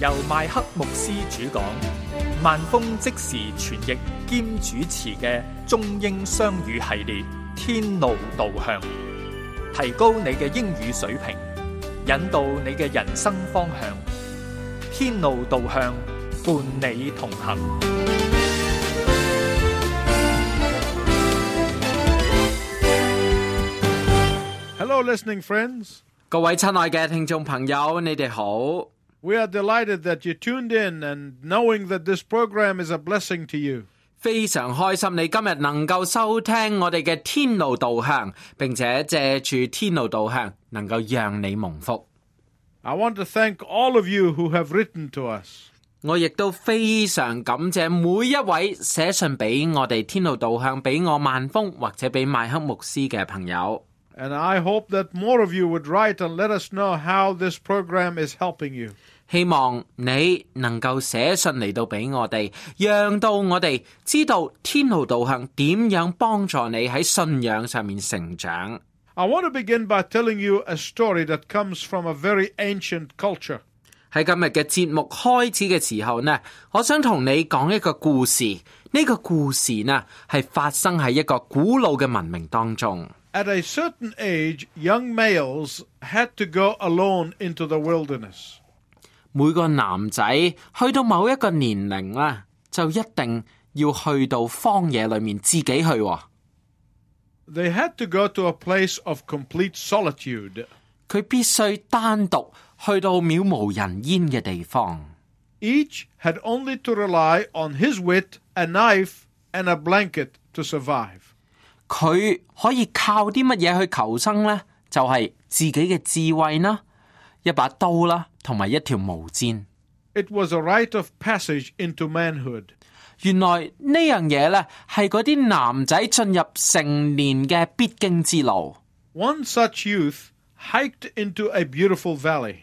由麥克牧師主講，萬峰即時傳譯兼主持嘅中英雙語系列《天路導向》，提高你嘅英語水平，引導你嘅人生方向。天路導向，伴你同行。 Hello, listening friends. 各位親愛嘅聽眾朋友，你哋好！ We are delighted that you tuned in and knowing that this program is a blessing to you. 非常開心你今日能夠收聽我哋嘅天路導向，並且借住天路導向能夠讓你蒙福。 I want to thank all of you who have written to us. 我亦都非常感謝每一位寫信俾我哋天路導向，俾我萬峰或者俾麥克牧師嘅朋友。 And I hope that more of you would write and let us know how this program is helping you. 希望你能夠寫信嚟到俾我哋，讓到我哋知道天路導向點樣幫助你喺信仰上面成長。 I want to begin by telling you a story that comes from a very ancient culture. 喺今日嘅節目開始嘅時候呢，我想同你講一個故事。呢個故事呢，係發生喺一個古老嘅文明當中。 At a certain age, young males had to go alone into the wilderness. 每個男仔去到某一個年齡啦，就一定要去到荒野裏面自己去喎。 They had to go to a place of complete solitude. 佢必須單獨去到渺無人煙嘅地方。 Each had only to rely on his wit, a knife, and a blanket to survive. 佢可以靠啲乜嘢去求生呢？就係、自己嘅智慧啦，一把刀啦，同埋一條毛氈。 It was a rite of passage into manhood. 原來呢樣嘢呢，係嗰啲男仔進入成年嘅必經之路。 One such youth hiked into a beautiful valley.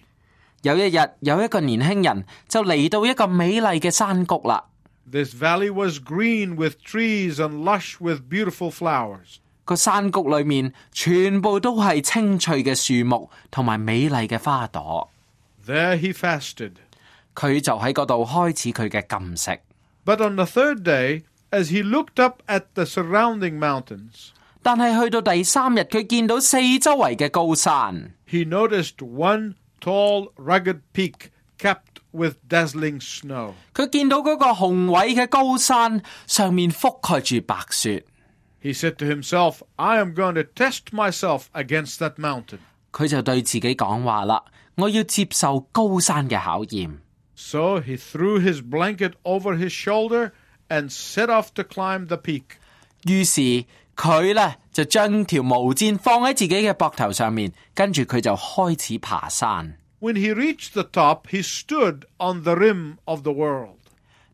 有一日，有一個年輕人就嚟到一個美麗嘅山谷啦。 This valley was green with trees and lush with beautiful flowers. 個山谷裏面全部都係青翠嘅樹木同埋美麗嘅花朵。 There he fasted. 佢就喺嗰度開始佢嘅禁食。 But on the third day, as he looked up at the surrounding mountains, 但係去到第三日，佢見到四周圍嘅高山。 he noticed one tall, rugged peak capped with dazzling snow. 佢見到嗰個宏偉嘅高山上面覆蓋住白雪， He said to himself, I am going to test myself against that mountain. 佢就對自己講話啦：我要接受高山嘅考驗。 So he threw his blanket over his shoulder and set off to climb the peak. 於是佢呢就將條毛氈放喺自己嘅膊頭上面，跟住佢就開始爬山。 When he reached the top, he stood on the rim of the world.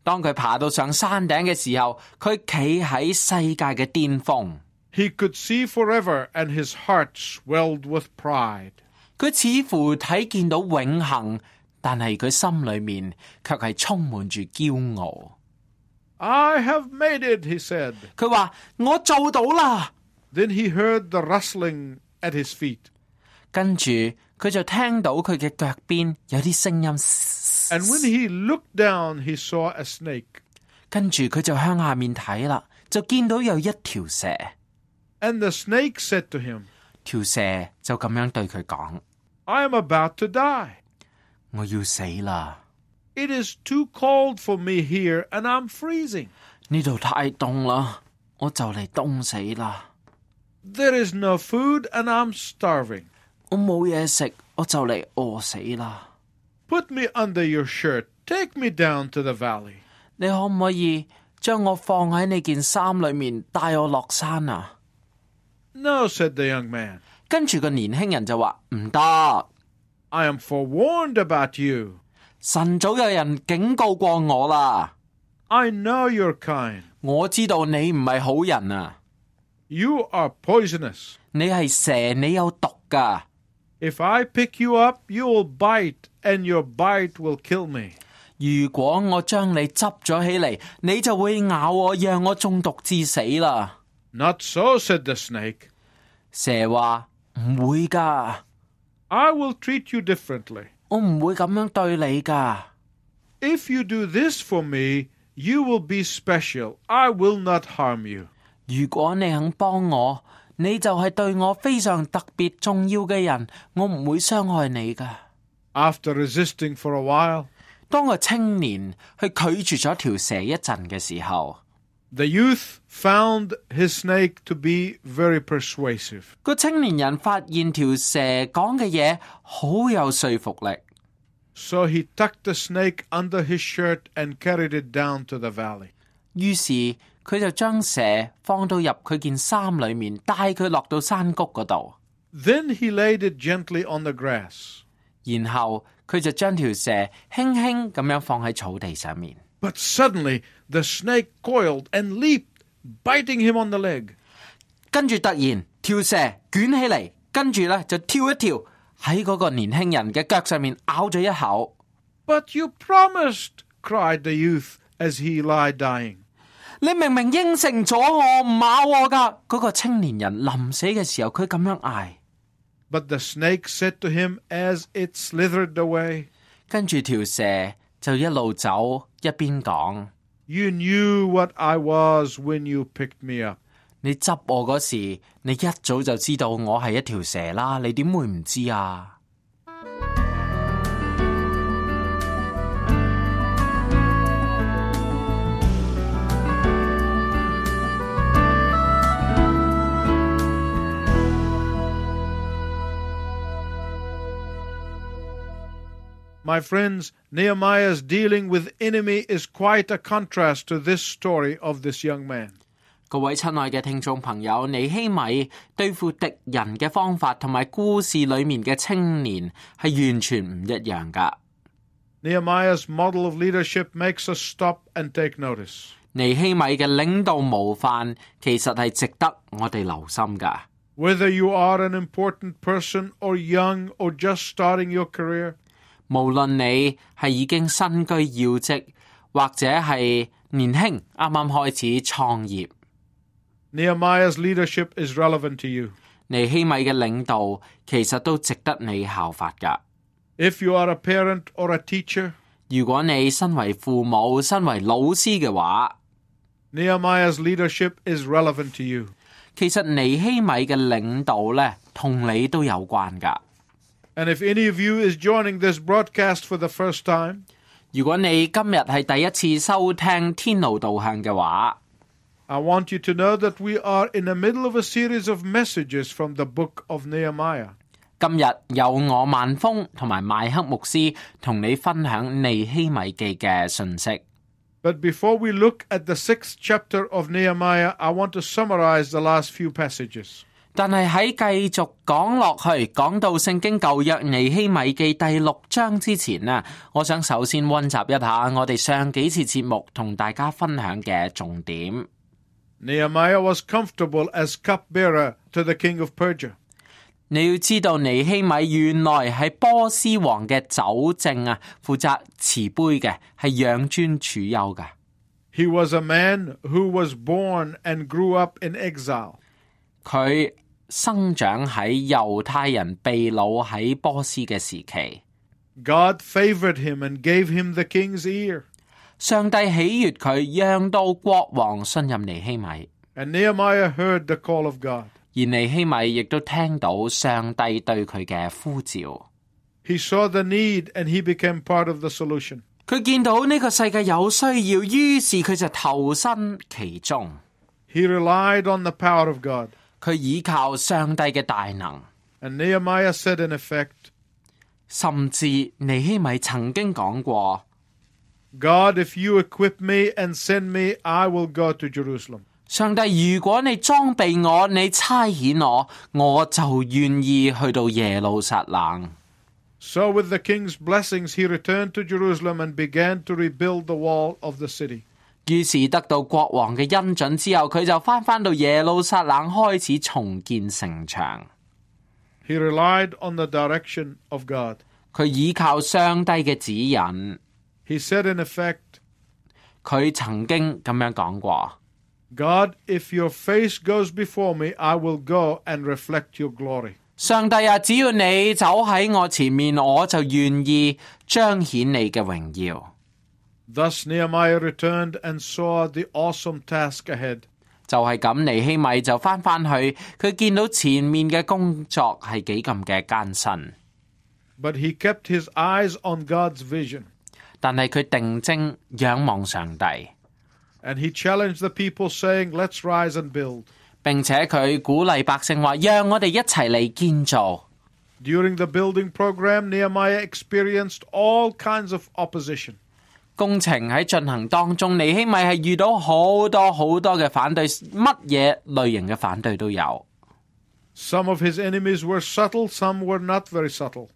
當佢爬到上山頂嘅時候，佢企喺世界嘅巔峰， He could see forever, and his heart swelled with pride. 佢似乎睇見到永恆，但係佢心裏面卻係充滿住驕傲。 I have made it, he said. 佢話：我做到啦！ Then he heard the rustling at his feet. 跟住佢就聽到佢嘅腳邊有啲聲音嘶， And when he looked down, he saw a snake. 跟住佢就向下面睇啦，就見到有一條蛇， And the snake said to him, 條蛇就咁樣對佢講： I am about to die. 我要死啦！ It is too cold for me here, and I'm freezing. 呢度太凍啦，我就嚟凍死啦！ There is no food, and I'm starving. 我冇嘢食，我就嚟餓死啦！ Put me under your shirt. Take me down to the valley. 你可唔可以將我放喺你件衫裏面，帶我落山啊？ No, said the young man. 跟住個年輕人就話唔得。 I am forewarned about you. 晨早有人警告過我啦， I know your kind. 我知道你唔係好人啊， You are poisonous. 你係蛇，你有毒噶。 If I pick you up, you will bite, and your bite will kill me. 如果我將你執咗起嚟，你就會咬我，讓我中毒致死啦。 Not so, said the snake. 蛇話唔會噶， I will treat you differently. 我唔會咁樣對你噶。 If you do this for me, you will be special. I will not harm you. 如果你肯幫我，你就係對我非常特別重要嘅人，我唔會傷害你噶。 After resisting for a while, 當個青年去拒絕咗條蛇一陣嘅時候， the youth found his snake to be very persuasive. 個青年人發現條蛇講嘅嘢好有說服力， So he tucked the snake under his shirt and carried it down to the valley. 於是佢就將蛇放到入佢件衫裏面，帶佢落到山谷嗰度， Then he laid it gently on the grass. 然後佢就將條蛇輕輕咁樣放喺草地上面。 But suddenly the snake coiled and leaped, biting him on the leg. 跟住突然跳蛇捲起嚟，跟住咧就跳一跳喺嗰個年輕人嘅腳上面咬咗一口。 But you promised, cried the youth as he lay dying. 你明明應承咗我唔咬我㗎。嗰、個青年人臨死嘅時候，佢咁樣嗌， But the snake said to him as it slithered away, 跟住條蛇就一路走一邊講： You knew what I was when you picked me up. 你執我嗰時，你一早就知道我係一條蛇啦，你點會唔知啊？ My friends, Nehemiah's dealing with enemy is quite a contrast to this story of this young man. 各位親愛嘅聽眾朋友，尼希米對付敵人嘅方法同埋故事裡面嘅青年係完全唔一樣噶。 Nehemiah's model of leadership makes us stop and take notice. 尼希米嘅領導模範其實係值得我哋留心噶。 Whether you are an important person or young or just starting your career, 無論你係已經身居要職，或者係年輕啱啱開始創業， Nehemiah's leadership is relevant to you. 尼希米嘅領導其實都值得你效法噶。 If you are a parent or a teacher, 如果你身為父母、身為老師嘅話， Nehemiah's leadership is relevant to you. 其實尼希米嘅領導呢，同你都有關噶。 And if any of you is joining this broadcast for the first time, 如果你今日係第一次收聽天路導向嘅話， I want you to know that we are in the middle of a series of messages from the book of Nehemiah. 今日有我萬峰同埋麥克牧師同你分享尼希米記嘅信息。 But before we look at the sixth chapter of Nehemiah, I want to summarize the last few passages. 但係喺繼續講落去，講到聖經舊約尼希米記第六章之前啊，我想首先温習一下我哋上幾次節目同大家分享嘅重點。 Nehemiah was comfortable as cupbearer to the king of Persia. 你要知道尼希米原來係波斯王嘅酒政啊，負責慈杯嘅，係養尊處優嘅。 He was a man who was born and grew up in exile. 佢生長喺猶太人被擄喺波斯嘅時期， God favored him and gave him the king's ear. 上帝喜悅佢，讓到國王信任尼希米， And Nehemiah heard the call of God. 而尼希米亦都聽到上帝對佢嘅呼召。 He saw the need and he became part of the solution. 佢見到呢個世界有需要，於是佢就投身其中。 He relied on the power of God. 佢倚靠上帝嘅大能， And Nehemiah said, in effect, 甚至尼希米曾經講過： God, if you equip me and send me, I will go to Jerusalem. 上帝，如果你裝備我，你差遣我，我就願意去到耶路撒冷。 So, with the king's blessings, he returned to Jerusalem and began to rebuild the wall of the city. 於是得到國王嘅恩准之後，佢就翻返到耶路撒冷開始重建城牆。 He relied on the direction of God. 佢倚靠上帝嘅指引。 He said, in effect, 佢曾經咁樣講過： God, if your face goes before me, I will go and reflect your glory. 上帝啊，只要你走喺我前面，我就願意彰顯你嘅榮耀。 Thus Nehemiah returned and saw the awesome task ahead. 就係咁，尼希米就翻返去，佢見到前面嘅工作係幾咁嘅艱辛， But he kept his eyes on God's vision 但係佢定睛仰望上帝， and he challenged the people, saying, Let's rise and build. 並且佢鼓勵百姓話：讓我哋一齊嚟建造。 During the building program, Nehemiah experienced all kinds of opposition. 工程喺進行當中，尼希米係遇到好多好多嘅反對，乜嘢類型嘅反對都有。 Some of his enemies were subtle, some were not very subtle.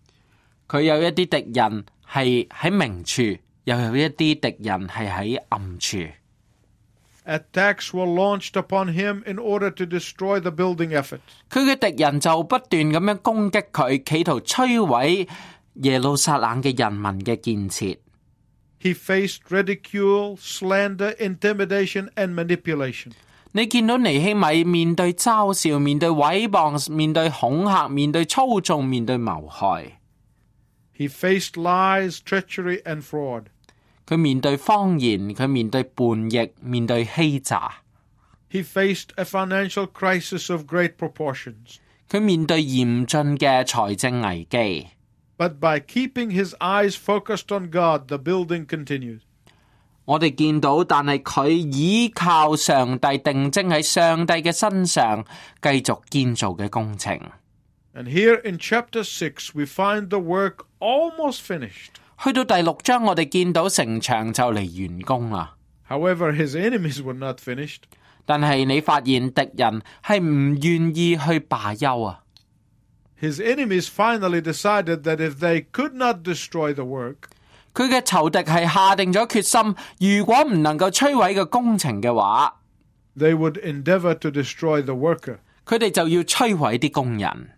佢有一啲敵人係喺明處，又有一啲敵人係喺暗處。 Attacks were launched upon him in order to destroy the building effort. 佢嘅敵人就不斷咁樣攻擊佢，企圖摧毀耶路撒冷嘅人民嘅建設。 He faced ridicule, slander, intimidation, and manipulation. 你見到尼希米面對嘲笑、面對毀謗、面對恐嚇、面對操縱、面對謀害， He faced lies, treachery, and fraud. 佢面對謊言，佢面對叛逆，面對欺詐， He faced a financial crisis of great proportions. 佢面對嚴峻嘅財政危機。 But by keeping his eyes focused on God, the building continued. 我哋見到，但係佢倚靠上帝，定睛喺上帝嘅身上，繼續建造嘅工程。 And here in chapter 6, we find the work almost finished. 去到第六章，我哋見到城牆就嚟完工啦。 However, his enemies were not finished. 但係你發現敵人係唔願意去罷休啊！ His enemies finally decided that if they could not destroy the work, 佢嘅仇敵係下定咗決心，如果唔能夠摧毀嘅工程嘅話， they would endeavor to destroy the worker. 佢哋就要摧毀啲工人。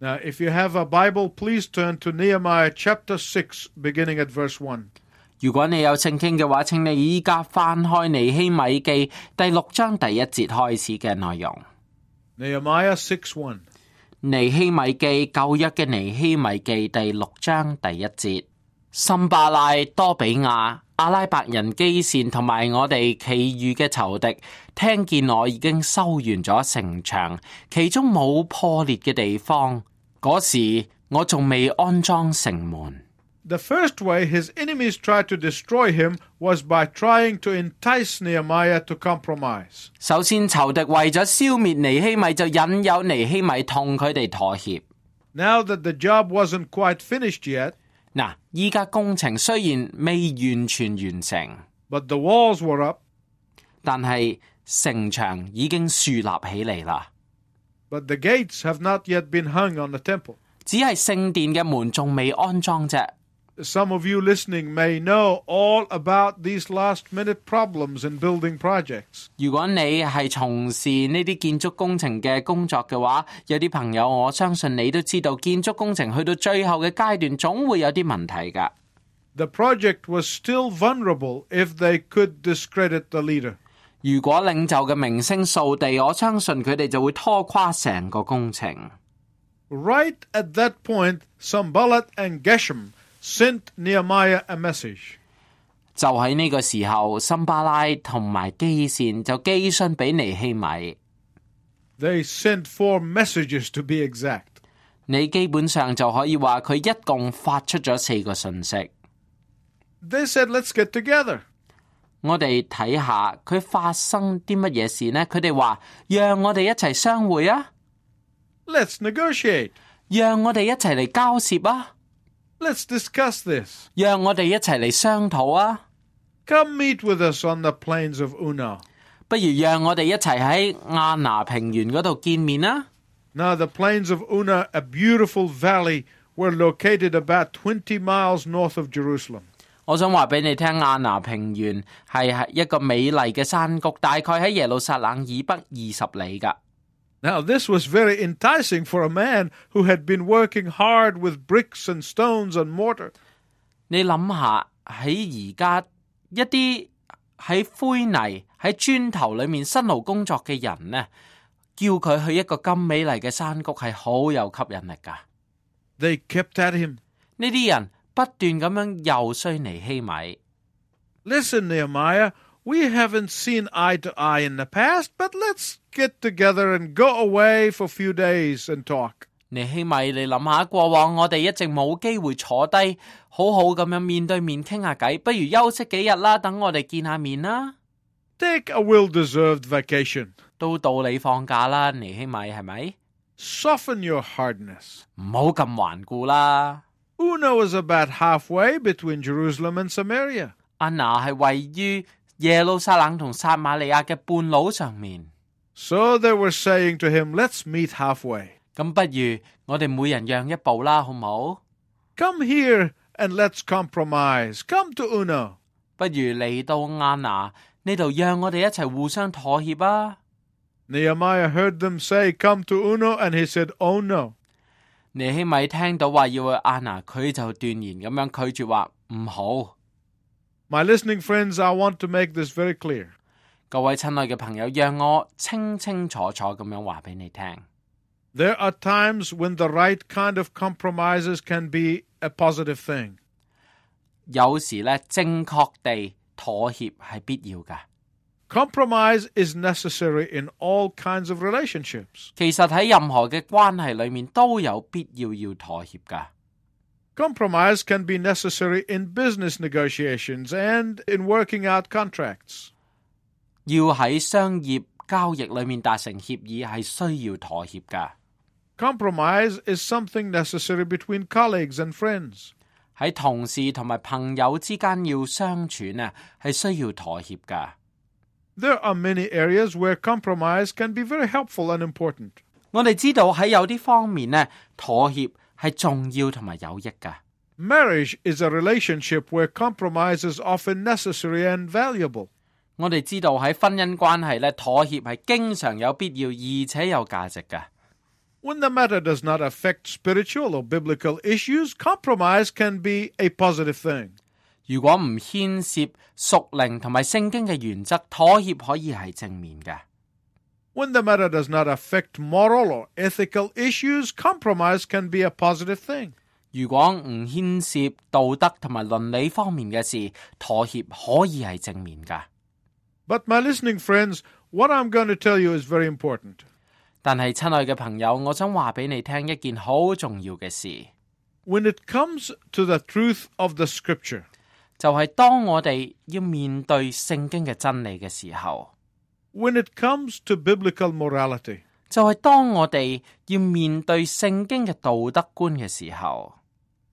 Now, if you have a Bible, please turn to Nehemiah chapter 6, beginning at verse 1. 如果你有聖經嘅話，請你依家翻開尼希米記第六章第一節開始嘅內容。 Nehemiah 6 1. 尼希米記舊約嘅尼希米記第六章第一節，森巴拉、多比亞、阿拉伯人基善同埋我哋其餘嘅仇敵，聽見我已經修完咗城牆，其中冇破裂嘅地方。嗰時我仲未安裝城門。 The first way his enemies tried to destroy him was by trying to entice Nehemiah to compromise. 首先，仇敵為咗消滅尼希米，就引誘尼希米同佢哋妥協。 Now that the job wasn't quite finished yet, 嗱，依家工程雖然未完全完成。 but the walls were up, 但係城牆已經樹立起嚟啦， but the gates have not yet been hung on the temple. 只係聖殿嘅門仲未安裝啫。 Some of you listening may know all about these last minute problems in building projects. 如果你係從事呢啲建築工程嘅工作嘅話，有啲朋友我相信你都知道，建築工程去到最後嘅階段，總會有啲問題㗎。 The project was still vulnerable if they could discredit the leader. 如果領袖嘅名聲掃地，我相信佢哋就會拖垮成個工程。 Right at that point, Sambalat and Geshem sent Nehemiah a message. 就喺呢個時候，森巴拉同埋基善就寄信俾尼希米。 They sent four messages to be exact. 你基本上就可以話佢一共發出咗四個信息。 They said, let's get together. 我哋睇下佢發生啲乜嘢事呢？佢哋話讓我哋一齊相會啊， Let's negotiate. 讓我哋一齊嚟交涉啊， Let's discuss this. 讓我哋一齊嚟商討啊。 Come meet with us on the plains of Una. 不如讓我哋一齊喺亞拿平原嗰度見面啊啦。 Now, the plains of Una, a beautiful valley, were located about 20 miles north of Jerusalem. 我想話俾你聽，亞拿平原係係一個美麗嘅山谷，大概喺耶路撒冷以北二十里噶。 Now, this was very enticing for a man who had been working hard with bricks and stones and mortar. 你諗下喺而家一啲喺灰泥喺磚頭裏面辛勞工作嘅人呢，叫佢去一個咁美麗嘅山谷係好有吸引力噶。 They kept at him. 呢啲人不斷咁樣游說尼希米， Listen, Nehemiah, we haven't seen eye to eye in the past, but let's get together and go away for a few days and talk. 尼希米，你諗下，過往我哋一直冇機會坐低，好好咁樣面對面傾下偈，不如休息幾日啦，等我哋見下面啦。 Take a well deserved vacation. 都到你放假啦，尼希米係咪？ Soften your hardness. 唔好咁頑固啦。 Una was about halfway between Jerusalem and Samaria. 安娜係位於耶路撒冷同撒瑪利亞嘅半路上面， So they were saying to him, Let's meet halfway. 咁不如我哋每人讓一步啦，好唔好？ Come here and let's compromise. Come to Uno. 不如嚟到安娜呢度，讓我哋一齊互相妥協啊！ Nehemiah heard them say, Come to Uno, and he said, Oh no. 尼希米聽到話要去安娜，佢就斷然咁樣拒絕話唔好。 My listening friends, I want to make this very clear. 各位親愛嘅朋友，讓我清清楚楚咁樣話俾你聽， There are times when the right kind of compromises can be a positive thing. 有時呢，正確地妥協係必要㗎。 Compromise is necessary in all kinds of relationships. 其實喺任何嘅關係裏面都有必要要妥協㗎。 Compromise can be necessary in business negotiations and in working out contracts. 要喺商業交易裏面達成協議係需要妥協㗎。 Compromise is something necessary between colleagues and friends. 喺同事同埋朋友之間要相處呢，係需要妥協㗎。 There are many areas where compromise can be very helpful and important. 我哋知道喺有啲方面呢，妥協係重要同埋有益㗎。 Marriage is a relationship where compromise is often necessary and valuable. 我哋知道喺婚姻關係呢，妥協係經常有必要而且有價值㗎。 When the matter does not affect spiritual or biblical issues, compromise can be a positive thing. 如果唔牽涉屬靈同埋聖經嘅原則，妥協可以係正面嘅。 When the matter does not affect moral or ethical issues, compromise can be a positive thing. 如果唔牽涉道德同埋倫理方面嘅事，妥協可以係正面㗎。 But, my listening friends, what I'm going to tell you is very important. 但係親愛嘅朋友，我想話俾你聽一件好重要嘅事， When it comes to the truth of the scripture, 就係當我哋要面對聖經嘅真理嘅時候， when it comes to biblical morality, 就係當我哋要面對聖經嘅道德觀嘅時候，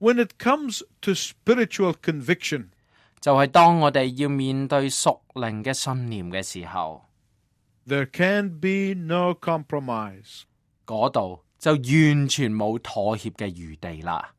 when it comes to spiritual conviction, 就係當我哋要面對屬靈嘅信念嘅時候， there can be no compromise. 嗰度就完全冇妥協嘅餘地啦。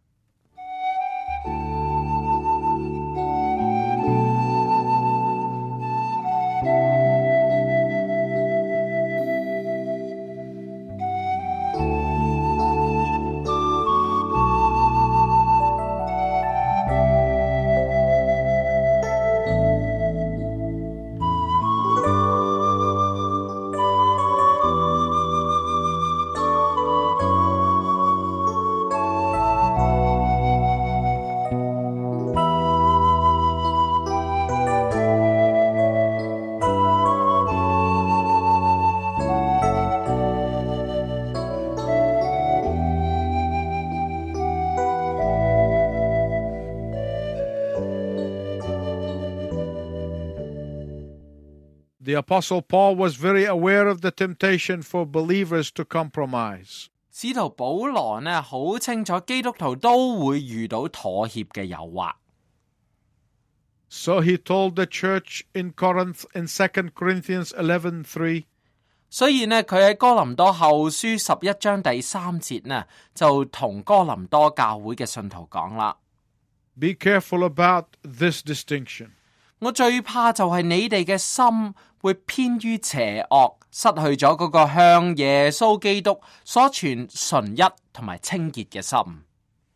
The Apostle Paul was very aware of the temptation for believers to compromise. 使徒保羅呢，好清楚基督徒都會遇到妥協嘅誘惑， So he told the church in Corinth in 2 Corinthians 11:3, 所以呢，佢喺哥林多後書十一章第三節呢，就同哥林多教會嘅信徒講啦： "Be careful about this distinction. 我最怕就係你哋嘅心會偏於邪惡，失去咗嗰個向耶穌基督所傳純一同埋清潔嘅心。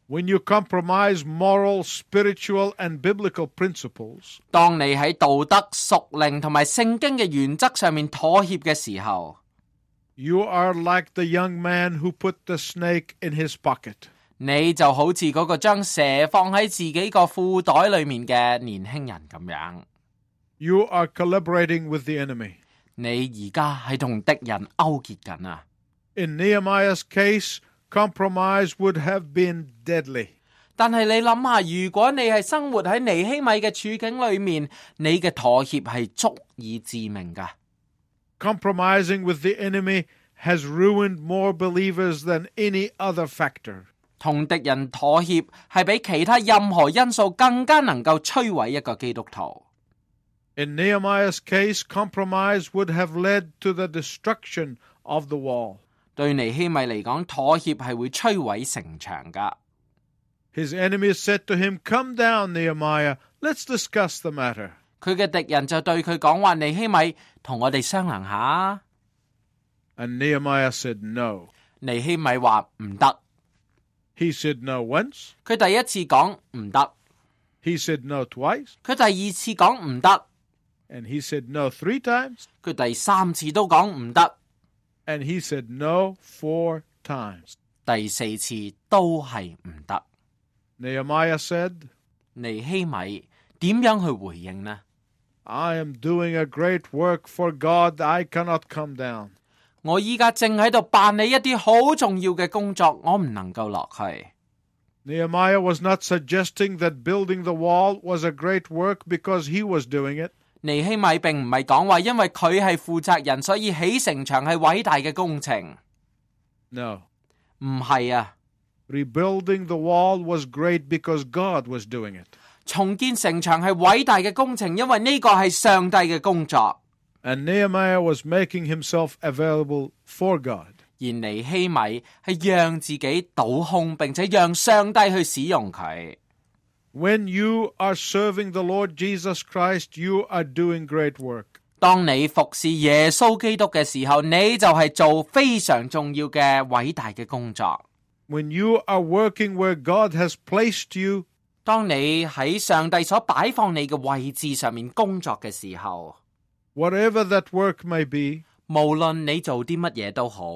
When you compromise moral, spiritual, and biblical principles, 當你喺道德、屬靈同埋聖經嘅原則上面妥協嘅時候， you are like the young man who put the snake in his pocket. 你就好似嗰個將蛇放喺自己個褲袋裏面嘅年輕人咁樣。 You are collaborating with the enemy. 你而家係同敵人勾結緊啊！ In Nehemiah's case, compromise would have been deadly. 但係你諗下，如果你係生活喺尼希米嘅處境裏面，你嘅妥協係足以致命㗎。 Compromising with the enemy has ruined more believers than any other factor. 同敵人妥協係比其他任何因素更加能夠摧毀一個基督徒。 In Nehemiah's case, compromise would have led to the destruction of the wall. 對尼希米嚟講，妥協係會摧毀城牆㗎。 His enemies said to him, Come down, Nehemiah, let's discuss the matter. 佢嘅敵人就對佢講話：尼希米，同我哋商量下。 And Nehemiah said, No. 尼希米話唔得， He said no once, 佢第一次講唔得， he said no twice, 佢第二次講唔得， and he said no three times, 佢第三次都講唔得， and he said no four times. 第四次都係唔得。 Nehemiah said, 尼希米點樣去回應呢？ I am doing a great work for God, I cannot come down. 我依家正喺度辦理一啲好重要嘅工作，我唔能夠落去。 Nehemiah was not suggesting that building the wall was a great work because he was doing it. 尼希米並唔係講話，因為佢係負責人，所以起城牆係偉大嘅工程。 No. 唔係啊， Rebuilding the wall was great because God was doing it. 重建城牆係偉大嘅工程，因為呢個係上帝嘅工作。 And Nehemiah was making himself available for God. 而尼希米係讓自己倒空，並且讓上帝去使用佢。 When you are serving the Lord Jesus Christ, you are doing great work. 當你服侍耶穌基督嘅時候，你就係做非常重要嘅偉大嘅工作。 When you are working where God has placed you, 當你喺上帝所擺放你嘅位置上面工作嘅時候， whatever that work may be, 無論你做啲乜嘢都好，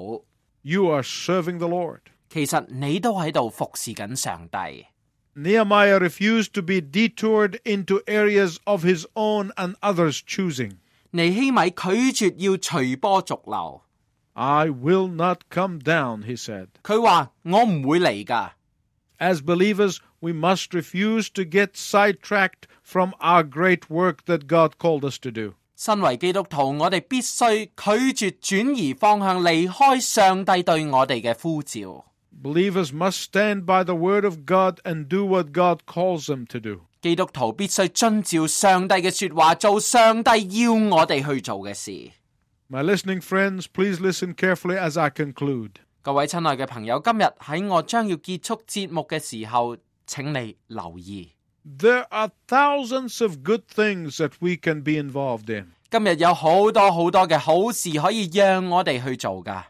you are serving the Lord. 其實你都喺度服侍緊上帝。 Nehemiah refused to be detoured into areas of his own and others' choosing. 尼希米拒絕要隨波逐流， I will not come down, he said. 佢話：我唔會嚟㗎。 As believers, we must refuse to get sidetracked from our great work that God called us to do. 身為基督徒，我哋必須拒絕轉移方向，離開上帝對我哋嘅呼召。 Believers must stand by the word of God and do what God calls them to do. 基督徒必須遵照上帝嘅說話，做上帝要我哋去做嘅事。 My listening friends, please listen carefully as I conclude. 各位親愛嘅朋友，今日喺我將要結束節目嘅時候，請你留意。 There are thousands of good things that we can be involved in, 今日有好多好多嘅好事可以讓我哋去做噶，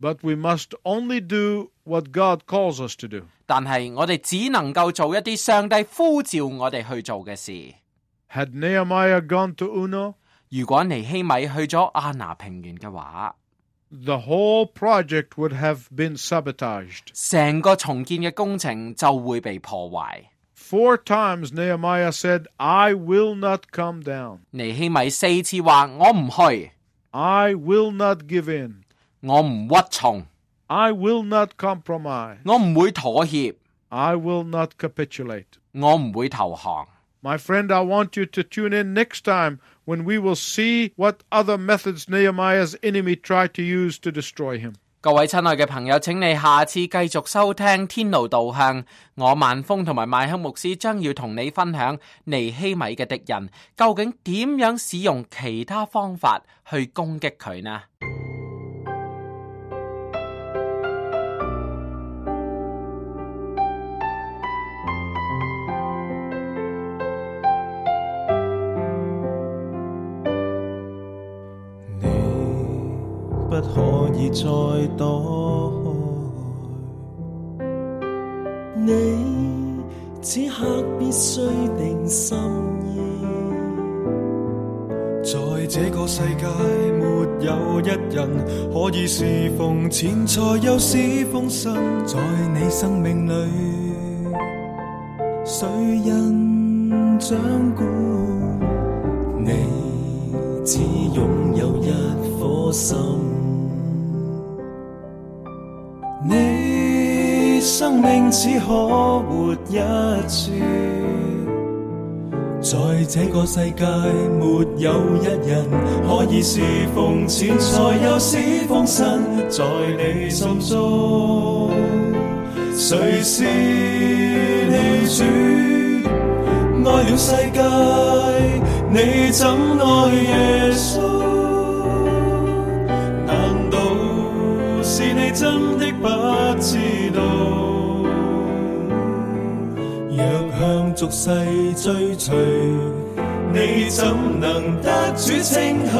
but we must only do what God calls us to do. 但係我哋只能夠做一啲上帝呼召我哋去做嘅事。 Had Nehemiah gone to Uno, 如果尼希米去咗亞拿平原嘅話， the whole project would have been sabotaged. 成個重建嘅工程就會被破壞。 Four times Nehemiah said, I will not come down. 尼希米四次話：我唔去， I will not give in. 我唔屈從， I will not compromise. 我唔會妥協， I will not capitulate. 我唔會投降。 My friend, I want you to tune in next time when we will see what other methods Nehemiah's enemy tried to use to destroy him. 各位親愛嘅朋友，請你下次繼續收聽《天路導向》，我萬峰同埋麥克牧師將要同你分享尼希米嘅敵人究竟點樣使用其他方法去攻擊佢呢？你不可以再躲開，你此刻必須定心意。在這個世界，沒有一人可以侍奉錢財又侍奉神，在你生命裏，誰人掌管？你你只擁有一顆心。你生命只可活一次，在這個世界沒有一人可以是奉錢財又是奉神，在你心中，誰是你主？愛了世界，你怎愛耶穌？難道是你真的不知道？若向俗世追隨，你怎能得主稱許？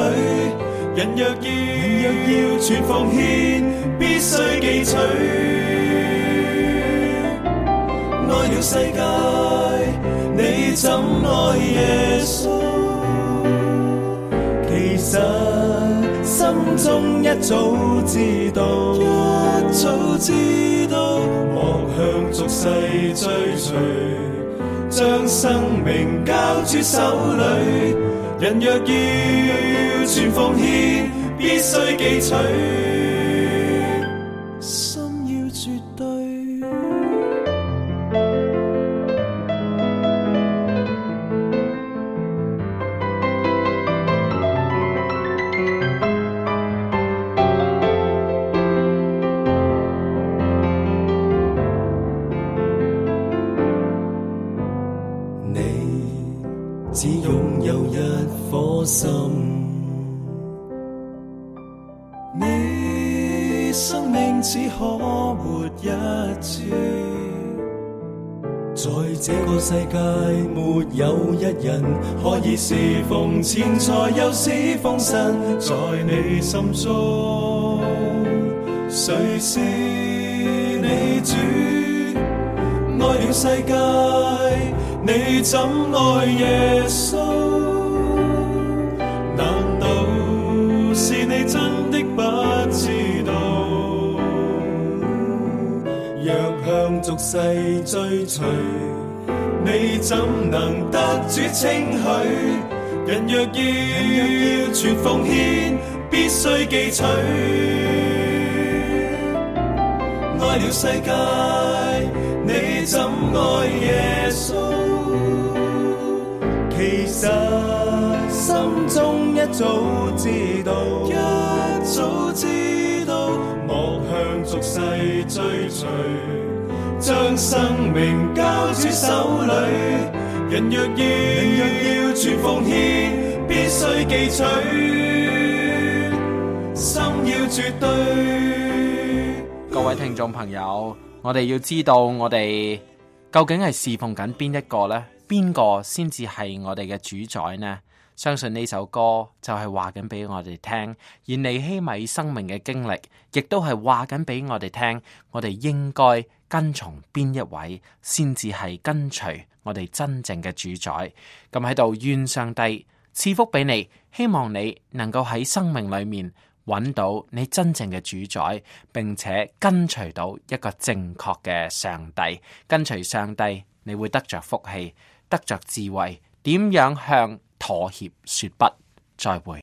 人若要人若要全奉獻，必須記取。愛了世界，你怎愛耶穌？其實心中一早知道，一早知道，莫向俗世追隨，將生命交諸手裏。人若要全奉獻，必須記取，心要絕對。你只擁有一顆心，你生命只可活一次，在這個世界沒有一人可以侍奉錢財又侍奉神，在你心中，誰是你主？愛了世界，你怎愛耶穌？難道是你真的不知道？若向俗世追隨，你怎能得主稱許？人若要全奉獻，必須記取。愛了世界，你怎愛耶穌？其實心中一早知道，一早知道，莫向俗世追隨，將生命交諸手裏。人若要，人若要全奉獻，必須記取，心要絕對。各位聽眾朋友，我哋要知道我哋究竟係侍奉緊邊一個呢？邊個先至係我哋嘅主宰呢？相信呢首歌就係話緊俾我哋聽，而尼希米生命嘅經歷，亦都係話緊俾我哋聽，我哋應該跟從邊一位先至係跟隨我哋真正嘅主宰。咁喺度，願上帝賜福俾你，希望你能夠喺生命裏面揾到你真正嘅主宰，並且跟隨到一個正確嘅上帝。跟隨上帝，你會得着福氣，得着智慧，點樣向妥協說不？再會。